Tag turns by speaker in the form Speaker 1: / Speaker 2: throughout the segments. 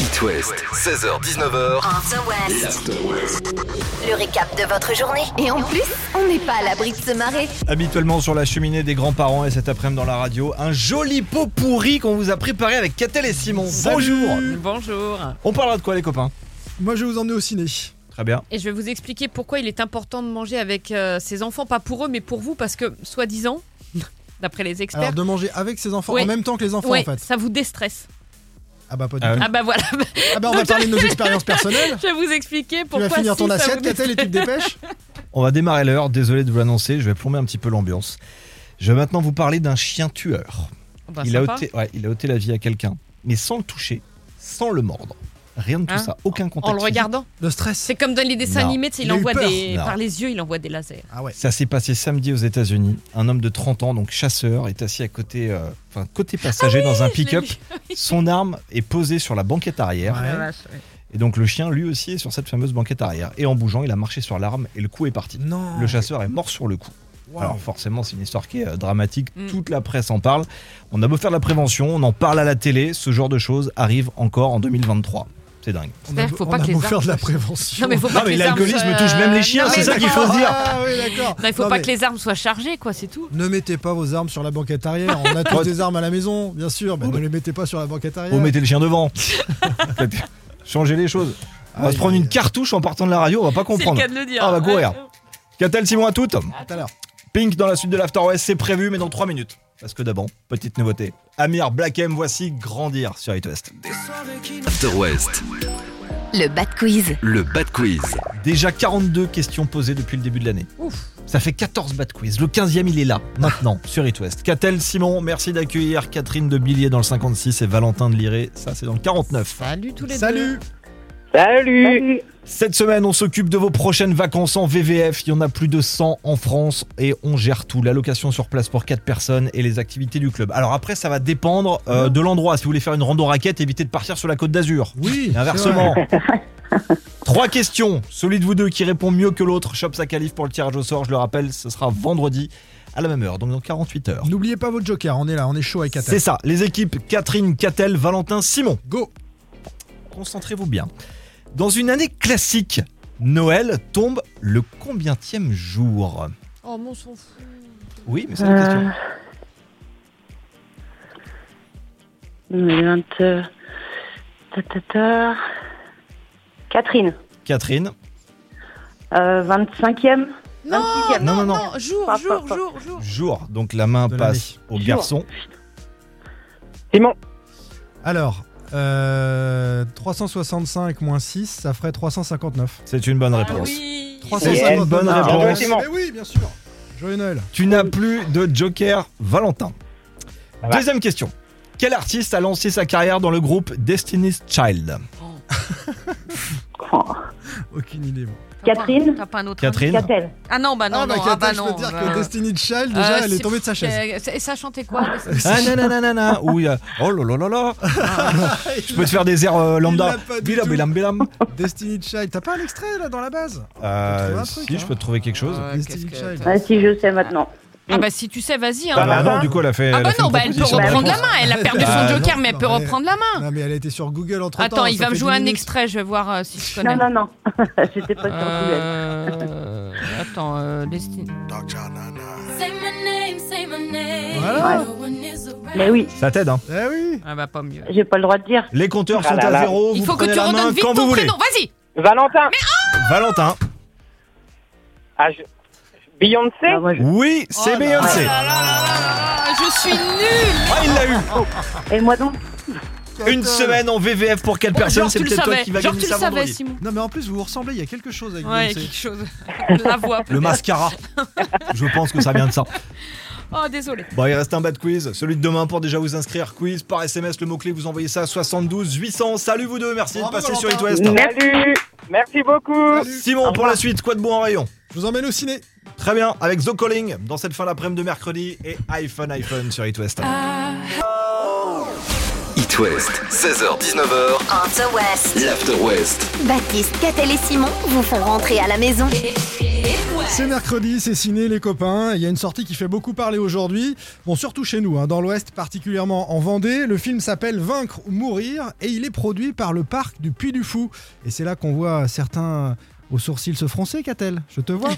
Speaker 1: It West, 16h-19h,
Speaker 2: After West,
Speaker 1: l'After West.
Speaker 2: le récap de votre journée. Et en plus, on n'est pas à l'abri de se marrer.
Speaker 3: Habituellement sur la cheminée des grands-parents et cet après-midi dans la radio, un joli pot pourri qu'on vous a préparé avec Catel et Simon. Bonjour
Speaker 4: Bonjour.
Speaker 3: On parlera de quoi les copains
Speaker 5: Moi, je vais vous emmener au ciné.
Speaker 3: Très bien.
Speaker 4: Et je vais vous expliquer pourquoi il est important de manger avec euh, ses enfants, pas pour eux, mais pour vous, parce que, soi-disant, d'après les experts,
Speaker 5: Alors, de manger avec ses enfants
Speaker 4: Oui.
Speaker 5: en même temps que les enfants,
Speaker 4: ouais,
Speaker 5: en fait.
Speaker 4: ça vous déstresse.
Speaker 5: Ah bah, pas du
Speaker 3: Ah
Speaker 5: tout.
Speaker 4: Ah bah voilà,
Speaker 5: Ah bah, on va parler de nos expériences personnelles.
Speaker 4: je vais vous expliquer
Speaker 5: Tu vas
Speaker 4: pourquoi.
Speaker 5: finir
Speaker 4: si,
Speaker 5: ton
Speaker 4: ça
Speaker 5: assiette,
Speaker 4: vous
Speaker 5: Catel, et tu te dépêches
Speaker 3: On va démarrer l'heure, désolé de vous l'annoncer, je vais plomber un petit peu l'ambiance. Je vais maintenant vous parler d'un chien tueur.
Speaker 4: déstresse. Bah,
Speaker 3: il, a
Speaker 4: sympa.
Speaker 3: ôté, ouais, il a ôté la vie à quelqu'un, mais sans le toucher, sans le mordre. Rien de tout
Speaker 4: Hein
Speaker 3: ça, aucun contact.
Speaker 4: En le
Speaker 3: physique.
Speaker 4: regardant.
Speaker 5: Le stress.
Speaker 4: C'est comme dans les dessins
Speaker 3: Non.
Speaker 4: animés, tu sais, il,
Speaker 5: Il a eu
Speaker 4: envoie
Speaker 5: peur.
Speaker 4: des.
Speaker 3: Non.
Speaker 4: Par les yeux, il envoie des lasers.
Speaker 5: Ah ouais.
Speaker 3: Ça s'est passé samedi aux États-Unis. Un homme de 30 ans, donc chasseur, est assis à côté, euh, enfin côté passager dans un
Speaker 4: Ah Je l'ai
Speaker 3: pick-up.
Speaker 4: lu.
Speaker 3: Son arme est posée sur la banquette arrière.
Speaker 5: Ah, Ouais.
Speaker 3: Et donc le chien, lui aussi, est sur cette fameuse banquette arrière. Et en bougeant, il a marché sur l'arme et le coup est parti.
Speaker 5: Non.
Speaker 4: Ah.
Speaker 3: Le chasseur est mort sur le coup.
Speaker 5: Wow.
Speaker 3: Alors forcément, c'est une histoire qui est euh, dramatique.
Speaker 4: Mm.
Speaker 3: Toute la presse en parle. On a beau faire de la prévention, on en parle à la télé. Ce genre de choses arrive encore en 2023. C'est dingue.
Speaker 5: On a,
Speaker 4: C'est-à-dire, faut
Speaker 5: on
Speaker 4: pas
Speaker 5: a
Speaker 4: que les
Speaker 5: beau
Speaker 4: armes
Speaker 5: faire de la
Speaker 4: soient-
Speaker 5: prévention.
Speaker 4: Non, mais faut pas
Speaker 3: Non,
Speaker 4: que
Speaker 3: mais
Speaker 4: les armes
Speaker 3: l'alcoolisme
Speaker 4: soient- euh,
Speaker 3: touche même les
Speaker 4: Non,
Speaker 3: chiens,
Speaker 4: mais
Speaker 3: c'est ça qu'il faut se dire.
Speaker 5: Ah oui, d'accord.
Speaker 4: Non, il faut
Speaker 5: Non,
Speaker 4: pas
Speaker 5: mais
Speaker 4: que les armes soient chargées, quoi, c'est tout.
Speaker 5: Ne mettez pas vos armes sur la banquette arrière. On a tous des armes à la maison, bien sûr, mais
Speaker 3: Oh,
Speaker 5: ne les mettez pas sur la banquette
Speaker 4: Euh.
Speaker 5: arrière.
Speaker 3: Vous mettez le chien devant. Changez les choses. On va
Speaker 5: Aïe,
Speaker 3: se prendre
Speaker 5: aïe,
Speaker 3: une
Speaker 5: aïe.
Speaker 3: cartouche en partant de la radio, on va pas
Speaker 4: C'est le
Speaker 3: comprendre.
Speaker 4: cas de le dire.
Speaker 3: Ah, on va courir.
Speaker 4: Ouais.
Speaker 3: Qu'a-t-elle Simon à toutes
Speaker 5: Tout à l'heure.
Speaker 3: Pink dans la suite de l'After West, c'est prévu, mais dans 3 minutes. Parce que d'abord, petite nouveauté. Amir Black M, voici Grandir sur It West.
Speaker 1: After West,
Speaker 2: Le bad quiz.
Speaker 1: le Bad Quiz.
Speaker 3: Déjà 42 questions posées depuis le début de l'année. Ça fait 14 bad quiz. Le 15e, il est là, maintenant, sur It West. Catel Simon, merci d'accueillir Catherine de Billier dans le 56 et Valentin de Liré, ça c'est dans le 49.
Speaker 4: Salut tous les deux.
Speaker 5: Salut.
Speaker 6: Salut
Speaker 3: Cette semaine, on s'occupe de vos prochaines vacances en VVF. Il y en a plus de 100 en France et on gère tout. L'allocation sur place pour 4 personnes et les activités du club. Alors après, ça va dépendre euh, de l'endroit. Si vous voulez faire une rando raquette, évitez de partir sur la côte d'Azur.
Speaker 5: Oui.
Speaker 3: Et
Speaker 5: c'est
Speaker 3: inversement.
Speaker 5: vrai.
Speaker 3: Trois questions. Celui de vous deux qui répond mieux que l'autre chope sa qualif pour le tirage au sort. Je le rappelle, ce sera vendredi à la même heure, donc dans 48 heures.
Speaker 5: N'oubliez pas votre joker. On est là, on est chaud avec
Speaker 3: C'est
Speaker 5: Catel.
Speaker 3: ça, les équipes Catherine, Catel, Valentin, Simon.
Speaker 5: Go.
Speaker 3: Concentrez-vous bien. Dans une année classique, Noël tombe le combientième jour
Speaker 4: Oh, mon s'en fout.
Speaker 3: Oui, mais c'est la question.
Speaker 6: On est 20, euh, ta, ta, ta. Catherine,
Speaker 3: Catherine.
Speaker 6: euh, 25e
Speaker 4: Non,
Speaker 6: 26e.
Speaker 3: Non, non, non.
Speaker 4: Jour,
Speaker 6: Pas,
Speaker 4: jour,
Speaker 6: pas, pas.
Speaker 4: jour, jour.
Speaker 3: Jour. Donc la main
Speaker 5: De
Speaker 3: passe au
Speaker 6: Jour.
Speaker 3: garçon.
Speaker 6: Simon
Speaker 5: Alors, euh, 365 moins 6, ça ferait 359.
Speaker 3: C'est une bonne réponse.
Speaker 4: Ah oui.
Speaker 3: C'est
Speaker 6: Yes.
Speaker 3: une bonne
Speaker 6: Ah,
Speaker 3: réponse.
Speaker 6: Simon.
Speaker 5: Mais oui, bien sûr. Joyeux Noël.
Speaker 3: Tu n'as plus de joker, Valentin.
Speaker 5: Ah bah.
Speaker 6: Ça va.
Speaker 3: Deuxième question. Quel artiste a lancé sa carrière dans le groupe Destiny's Child
Speaker 6: Oh.
Speaker 5: Aucune idée. moi.
Speaker 4: T'as pas un-
Speaker 6: Catherine
Speaker 4: T'as pas un autre
Speaker 3: Catherine
Speaker 6: Catel
Speaker 4: Ah non, bah non,
Speaker 5: ah bah,
Speaker 4: non,
Speaker 5: Catel,
Speaker 4: ah bah
Speaker 5: je
Speaker 4: non.
Speaker 5: peux te dire
Speaker 4: bah-
Speaker 5: que Destiny Child, déjà,
Speaker 4: Euh,
Speaker 5: elle est
Speaker 4: c'est-
Speaker 5: tombée de sa chaise.
Speaker 4: Euh, Et ça chantait quoi
Speaker 3: Ah nanana, ou il y a- oh là là là là. Je peux te faire des airs euh, lambda.
Speaker 5: Il l'a pas du
Speaker 3: Bilam
Speaker 5: tout.
Speaker 3: bilam bilam.
Speaker 5: Destiny Child, t'as pas un extrait là dans la base
Speaker 3: Euh,
Speaker 5: trouver un
Speaker 3: si,
Speaker 5: truc, hein.
Speaker 3: je peux te trouver quelque chose.
Speaker 4: Ah,
Speaker 5: Destiny
Speaker 4: qu'est-ce
Speaker 5: Child.
Speaker 4: que-
Speaker 6: Ah si, je sais maintenant.
Speaker 4: Ah bah si tu sais, vas-y. hein.
Speaker 3: Ah bah
Speaker 6: bah,
Speaker 3: non,
Speaker 6: bah.
Speaker 3: du euh, coup, elle a fait.
Speaker 4: Ah
Speaker 3: elle
Speaker 4: bah
Speaker 3: a fait
Speaker 4: non,
Speaker 3: une
Speaker 4: bah elle peut
Speaker 3: proposition de
Speaker 4: reprendre la
Speaker 3: réponse.
Speaker 4: main. Elle a perdu
Speaker 3: Ah,
Speaker 4: son
Speaker 3: non,
Speaker 4: joker, mais elle
Speaker 5: Bah, non,
Speaker 4: peut
Speaker 5: mais-
Speaker 4: reprendre la main.
Speaker 5: Non, mais elle était sur Google entre temps.
Speaker 4: Attends, il
Speaker 5: ça
Speaker 4: va me
Speaker 5: fait
Speaker 4: jouer
Speaker 5: 10
Speaker 4: un
Speaker 5: minutes.
Speaker 4: extrait, je vais voir euh, si je connais.
Speaker 6: Non, non, non, j'étais pas sur Google.
Speaker 4: Euh, Attends, euh, Destiny.
Speaker 5: Voilà.
Speaker 6: Mais oui,
Speaker 3: Ça t'aide, hein.
Speaker 5: Eh oui.
Speaker 4: Ah bah pas mieux.
Speaker 6: j'ai pas le droit de dire.
Speaker 3: Les compteurs sont
Speaker 6: Ah là
Speaker 3: à
Speaker 6: là.
Speaker 3: zéro.
Speaker 4: bah, Il
Speaker 3: vous
Speaker 4: faut que
Speaker 3: prenez
Speaker 4: tu
Speaker 3: la main
Speaker 4: redonnes vite
Speaker 3: quand vous
Speaker 4: ton
Speaker 3: voulez.
Speaker 4: prénom, vas-y
Speaker 7: Valentin
Speaker 3: Valentin.
Speaker 7: Ah, je- Beyoncé
Speaker 6: Ah, moi, je-
Speaker 3: Oui, c'est
Speaker 5: Oh là
Speaker 3: Beyoncé.
Speaker 4: Ah, Je suis nulle
Speaker 3: Ah, il l'a eu.
Speaker 6: Et moi donc
Speaker 5: Oh,
Speaker 3: Une semaine en VVF pour quelle personne
Speaker 4: Genre
Speaker 3: C'est
Speaker 4: Oh, tu le
Speaker 3: peut-être toi
Speaker 4: savais,
Speaker 3: qui va
Speaker 4: genre
Speaker 3: gagner
Speaker 4: tu
Speaker 3: ça
Speaker 4: le savais
Speaker 3: vendredi.
Speaker 4: Simon.
Speaker 5: Non, mais en plus, vous vous ressemblez, il y a quelque chose avec
Speaker 4: Ouais,
Speaker 5: Beyoncé.
Speaker 4: quelque chose. La voix.
Speaker 3: Le mascara. Je pense que ça vient de ça.
Speaker 4: Oh, désolé.
Speaker 3: Bon, il reste un bad quiz. Celui de demain pour déjà vous inscrire. Quiz par SMS, le mot-clé, vous envoyez ça à 72 800. Salut vous deux, merci
Speaker 5: Bravo,
Speaker 3: de passer sur It
Speaker 5: Valentin.
Speaker 3: West.
Speaker 7: Salut Merci beaucoup
Speaker 3: Simon, pour la suite, quoi de bon en rayon
Speaker 5: Je vous emmène au ciné.
Speaker 3: Très bien, avec The Calling dans cette fin d'après-midi de mercredi et iPhone iPhone sur It West.
Speaker 1: It West, 16h-19h,
Speaker 2: After West.
Speaker 1: l'After West.
Speaker 2: Baptiste, Catel et Simon vous font rentrer à la maison.
Speaker 5: C'est mercredi, c'est ciné, les copains. Il y a une sortie qui fait beaucoup parler aujourd'hui. Bon, surtout chez nous, hein, dans l'Ouest, particulièrement en Vendée. Le film s'appelle Vaincre ou Mourir et il est produit par le parc du Puy du Fou. Et c'est là qu'on voit certains. Aux sourcils se froncer, qu'a-t-elle Je te vois.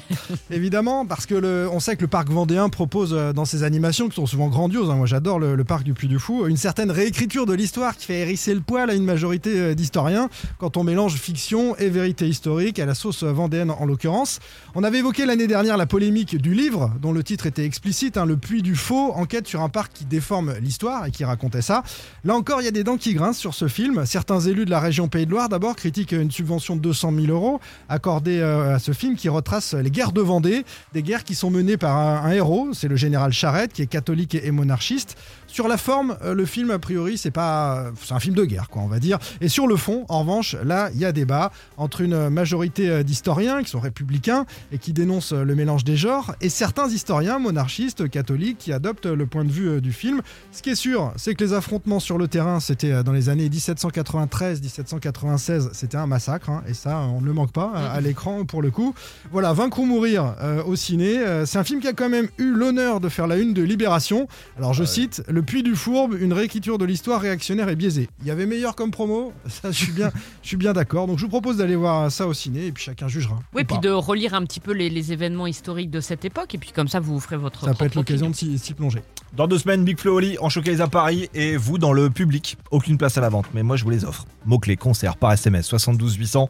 Speaker 5: Évidemment, parce que le- on sait que le parc vendéen propose euh, dans ses animations, qui sont souvent grandioses, hein, moi j'adore le, le parc du Puy du Fou, une certaine réécriture de l'histoire qui fait hérisser le poil à une majorité euh, d'historiens quand on mélange fiction et vérité historique, à la sauce euh, vendéenne en l'occurrence. On avait évoqué l'année dernière la polémique du livre, dont le titre était explicite, hein, Le Puits du Faux, enquête sur un parc qui déforme l'histoire et qui racontait ça. Là encore, il y a des dents qui grincent sur ce film. Certains élus de la région Pays de Loire, d'abord, critiquent une subvention de 200 000 euros accordée euh, à ce film qui retrace les guerres de Vendée, des guerres qui sont menées par un, un héros, c'est le général Charette, qui est catholique et, et monarchiste. Sur la forme, euh, le film, a priori, c'est pas, euh, c'est un film de guerre, quoi, on va dire. Et sur le fond, en revanche, là, il y a débat entre une majorité euh, d'historiens qui sont républicains et qui dénoncent euh, le mélange des genres et certains historiens monarchistes catholiques qui adoptent euh, le point de vue euh, du film. Ce qui est sûr, c'est que les affrontements sur le terrain, c'était euh, dans les années 1793-1796, c'était un massacre hein, et ça, euh, on ne le manque pas euh, à l'écran pour le coup. Voilà, Vaincre ou mourir euh, au ciné, euh, c'est un film qui a quand même eu l'honneur de faire la une de Libération. Alors je cite Le puits du fourbe, une réécriture de l'histoire réactionnaire et biaisée. Il y avait meilleur comme promo, ça je suis bien je suis bien d'accord. Donc je vous propose d'aller voir ça au ciné et puis chacun jugera.
Speaker 8: Oui,
Speaker 5: Ou
Speaker 8: puis
Speaker 5: pas.
Speaker 8: de relire un petit peu les, les événements historiques de cette époque, et puis comme ça, vous vous ferez votre.
Speaker 5: Ça peut
Speaker 8: propre
Speaker 5: être l'occasion de s'y s'y plonger.
Speaker 3: Dans deux semaines, Big Flo Oli en showcase à Paris et vous dans le public. Aucune place à la vente, mais moi je vous les offre. Mots-clés, concert par SMS 72 800.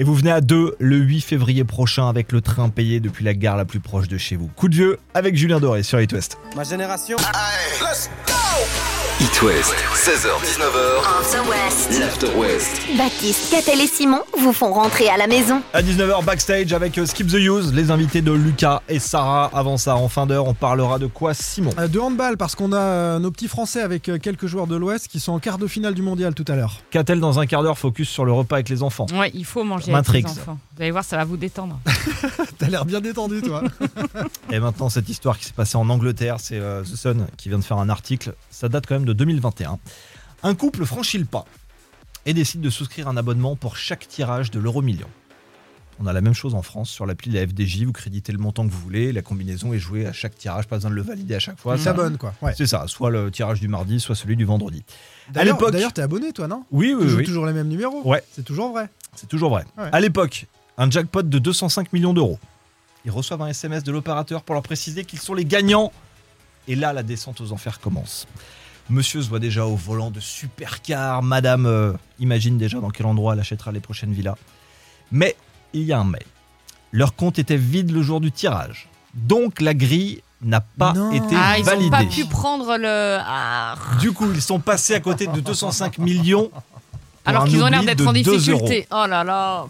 Speaker 3: Et vous venez à deux le 8 février prochain avec le train payé depuis la gare la plus proche de chez vous. Coup de vieux avec Julien Doré sur It West.
Speaker 9: Ma génération.
Speaker 1: It West, 16h-19h,
Speaker 2: Of the West.
Speaker 1: l'After West.
Speaker 2: Baptiste, Catel et Simon vous font rentrer à la maison.
Speaker 3: À 19h backstage avec euh, Skip the Use, les invités de Lucas et Sarah. Avant ça, en fin d'heure, on parlera de quoi Simon
Speaker 5: Euh, De handball parce qu'on a euh, nos petits Français avec euh, quelques joueurs de l'Ouest qui sont en quart de finale du mondial tout à l'heure.
Speaker 3: Qu'a-t-elle dans un quart d'heure focus sur le repas avec les enfants
Speaker 8: Ouais, il faut manger
Speaker 3: Matrix.
Speaker 8: avec les enfants. Vous allez voir, ça va vous détendre.
Speaker 5: T'as l'air bien détendu toi.
Speaker 3: Et maintenant, cette histoire qui s'est passée en Angleterre, c'est euh, The Sun qui vient de faire un article. Ça date quand même de 2021. Un couple franchit le pas et décide de souscrire un abonnement pour chaque tirage de l'euro million. On a la même chose en France sur l'appli de la FDJ. Vous créditez le montant que vous voulez, la combinaison est jouée à chaque tirage, pas besoin de le valider à chaque fois.
Speaker 5: Ça
Speaker 3: Ça-
Speaker 5: bonne quoi. Ouais.
Speaker 3: C'est ça, soit le tirage du mardi, soit celui du vendredi.
Speaker 5: D'ailleurs-
Speaker 3: l'époque-
Speaker 5: D'ailleurs t'es abonné toi non
Speaker 3: Oui,
Speaker 5: Tu
Speaker 3: oui,
Speaker 5: joues
Speaker 3: oui.
Speaker 5: toujours les mêmes numéros.
Speaker 3: Ouais.
Speaker 5: C'est toujours vrai.
Speaker 3: C'est toujours vrai.
Speaker 5: Ouais.
Speaker 3: À l'époque, un jackpot de 205 millions d'euros. Ils reçoivent un SMS de l'opérateur pour leur préciser qu'ils sont les gagnants. Et là, la descente aux enfers commence. Monsieur se voit déjà au volant de supercar. Madame euh, imagine déjà dans quel endroit elle achètera les prochaines villas. Mais il y a un mais. Leur compte était vide le jour du tirage. Donc la grille n'a pas
Speaker 5: Non.
Speaker 3: été
Speaker 8: Ah, ils
Speaker 3: validée.
Speaker 8: n'ont pas pu prendre le. Ah,
Speaker 3: Du coup, ils sont passés à côté de 205 millions. pour
Speaker 8: alors
Speaker 3: un
Speaker 8: qu'ils ont l'air
Speaker 3: oubli
Speaker 8: d'être
Speaker 3: de
Speaker 8: en
Speaker 3: 2 euros.
Speaker 8: difficulté. Oh là là.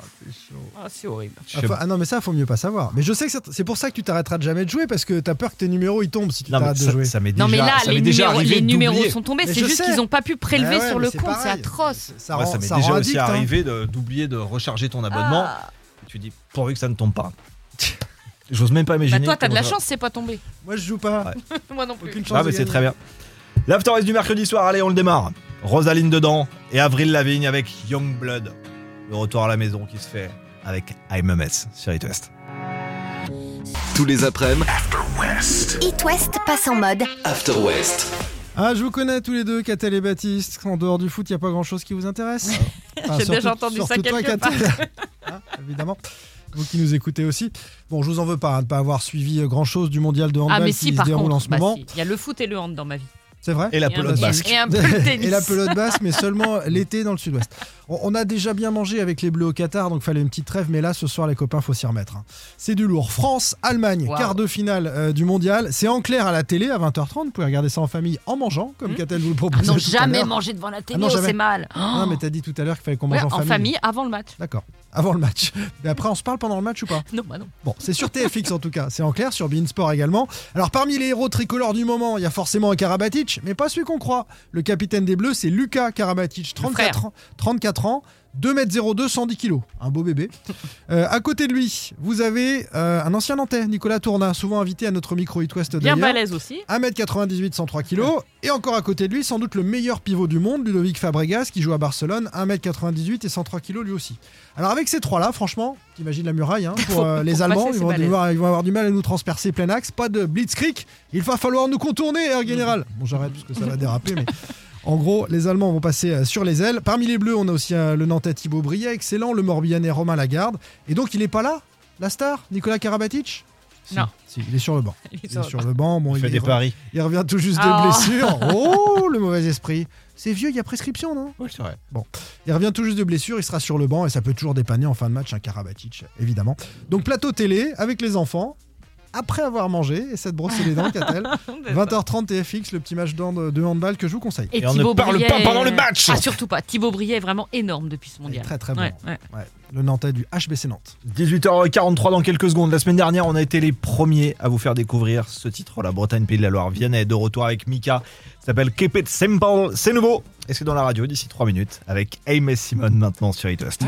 Speaker 8: Ah, c'est horrible.
Speaker 3: Je
Speaker 5: Ah,
Speaker 3: sais
Speaker 5: faut- ah non mais ça faut mieux pas savoir. Mais je sais que c'est- c'est pour ça que tu t'arrêteras de jamais de jouer parce que t'as peur que tes numéros ils tombent si tu
Speaker 3: Non, mais
Speaker 5: t'arrêtes de
Speaker 3: ça,
Speaker 5: jouer.
Speaker 3: ça m'est déjà,
Speaker 8: Non, mais là,
Speaker 3: ça
Speaker 8: les,
Speaker 3: m'est déjà
Speaker 8: numéros,
Speaker 3: arrivé
Speaker 8: les numéros
Speaker 3: d'oublier.
Speaker 8: sont tombés.
Speaker 5: Mais
Speaker 8: C'est
Speaker 5: je
Speaker 8: juste
Speaker 5: sais.
Speaker 8: qu'ils n'ont pas pu prélever
Speaker 5: Bah ouais,
Speaker 8: sur
Speaker 5: mais
Speaker 8: le compte. C'est
Speaker 5: pareil.
Speaker 8: atroce.
Speaker 5: Ça,
Speaker 3: Moi,
Speaker 5: rend,
Speaker 3: ça m'est
Speaker 5: ça
Speaker 3: déjà
Speaker 5: rend
Speaker 3: aussi
Speaker 5: addict, hein.
Speaker 3: arrivé de- d'oublier de recharger ton abonnement.
Speaker 8: Ah.
Speaker 3: Et Tu dis, pourvu que ça ne tombe pas. J'ose même pas
Speaker 8: Bah,
Speaker 3: imaginer.
Speaker 8: toi, t'as de la
Speaker 3: comment ça-
Speaker 8: chance, c'est pas tombé.
Speaker 5: Moi je joue pas.
Speaker 3: Ouais.
Speaker 8: Moi non plus.
Speaker 5: Aucune chance.
Speaker 3: Ah, mais
Speaker 5: de
Speaker 3: c'est
Speaker 5: gagner.
Speaker 3: très bien. L'After West du mercredi soir, allez, on le démarre. Rosaline dedans et Avril Lavigne avec Young Blood. Le retour à la maison qui se fait avec I'm a Mess sur It West.
Speaker 1: Tous les après-midi,
Speaker 2: It West passe en mode.
Speaker 1: After West.
Speaker 5: Ah, je vous connais tous les deux, Catel et Baptiste. En dehors du foot, il n'y a pas grand-chose qui vous intéresse Ah,
Speaker 8: J'ai
Speaker 5: surtout-
Speaker 8: déjà entendu ça
Speaker 5: surtout toi,
Speaker 8: quelque part.
Speaker 5: Catel. Hein, évidemment. Vous qui nous écoutez aussi. Bon, je vous en veux pas hein, de ne pas avoir suivi euh, grand-chose du mondial de
Speaker 8: Ah,
Speaker 5: handball
Speaker 8: mais
Speaker 5: qui
Speaker 8: si,
Speaker 5: se
Speaker 8: par
Speaker 5: déroule
Speaker 8: contre,
Speaker 5: en ce
Speaker 8: bah
Speaker 5: moment.
Speaker 8: si, il y a le foot et le hand dans ma vie.
Speaker 5: C'est vrai
Speaker 3: Et la
Speaker 8: Et un
Speaker 3: pelote
Speaker 8: peu-
Speaker 3: basque.
Speaker 8: Et un peu le tennis.
Speaker 5: et la pelote basse, mais seulement l'été dans le sud-ouest. On, on a déjà bien mangé avec les Bleus au Qatar, donc fallait une petite trêve, mais là, ce soir, les copains, faut s'y remettre. hein. C'est du lourd. France, Allemagne,
Speaker 8: Wow.
Speaker 5: quart de finale euh, du mondial. C'est en clair à la télé à 20h30. Vous pouvez regarder ça en famille en mangeant, comme
Speaker 8: Mhm.
Speaker 5: Catel vous le
Speaker 8: Ah
Speaker 5: propose.
Speaker 8: non, jamais mangé devant la télé,
Speaker 5: Ah, non,
Speaker 8: oh,
Speaker 5: jamais.
Speaker 8: c'est mal.
Speaker 5: Non, Ah, mais t'as dit tout à l'heure qu'il fallait qu'on
Speaker 8: Ouais,
Speaker 5: mange en
Speaker 8: en
Speaker 5: famille.
Speaker 8: famille, avant le match.
Speaker 5: D'accord. Avant le match. Mais après, on se parle pendant le match ou pas
Speaker 8: Non, bah non.
Speaker 5: Bon, c'est sur TFX en tout cas. C'est en clair, sur Bein Sport également. Alors, parmi les héros tricolores du moment, il y a forcément un Karabatic, mais pas celui qu'on croit. Le capitaine des Bleus, c'est Lucas Karabatic, 34 ans. 34 ans. 2m02, 110 kg, un beau bébé. Euh, à côté de lui, vous avez euh, un ancien Nantais, Nicolas Tourna, souvent invité à notre micro It West
Speaker 8: Bien
Speaker 5: d'ailleurs.
Speaker 8: balèze aussi.
Speaker 5: 1m98, 103 kg. Et encore à côté de lui, sans doute le meilleur pivot du monde, Ludovic Fabregas, qui joue à Barcelone, 1m98 et 103 kg lui aussi. Alors avec ces trois-là, franchement, t'imagines la muraille, hein, pour euh, les
Speaker 8: faut
Speaker 5: Allemands,
Speaker 8: passer,
Speaker 5: ils
Speaker 8: c'est
Speaker 5: vont,
Speaker 8: balèze.
Speaker 5: devoir- ils vont avoir du mal à nous transpercer plein axe. Pas de blitzkrieg, il va falloir nous contourner, Herr Général. Bon, j'arrête parce que ça va déraper, mais... En gros, les Allemands vont passer euh, sur les ailes. Parmi les Bleus, on a aussi euh, le Nantais Thibaut Briet, excellent, le Morbihanais Romain Lagarde. Et donc, il n'est pas là, la star, Nicolas Karabatic Si,
Speaker 8: Non.
Speaker 5: si, il est sur le banc. Il est sur le banc. Bon,
Speaker 3: Il fait
Speaker 5: est
Speaker 3: des paris.
Speaker 5: il revient tout juste de
Speaker 8: Ah.
Speaker 5: blessure. Oh, le mauvais esprit. C'est vieux, il y a prescription, non
Speaker 3: Oui, c'est vrai.
Speaker 5: Il revient tout juste de blessure, il sera sur le banc et ça peut toujours dépanner en fin de match un Karabatic, évidemment. Donc plateau télé avec les enfants, après avoir mangé et s'être brossé les dents, qu'a-t-elle 20h30 TFX, le petit match d'hand- de handball que je vous conseille.
Speaker 3: Et on ne parle pas pendant le match.
Speaker 8: Ah, surtout pas. Thibaut Briet est vraiment énorme depuis ce mondial.
Speaker 5: Très très bon.
Speaker 8: Ouais, ouais.
Speaker 5: Ouais, Le Nantais du HBC Nantes.
Speaker 3: 18h43 dans quelques secondes. La semaine dernière, on a été les premiers à vous faire découvrir ce titre. La Bretagne, Pays de la Loire, Vienne est de retour avec Mika. Ça s'appelle Keep It Simple. C'est nouveau. Et c'est dans la radio d'ici 3 minutes avec Amy Simon maintenant sur It West.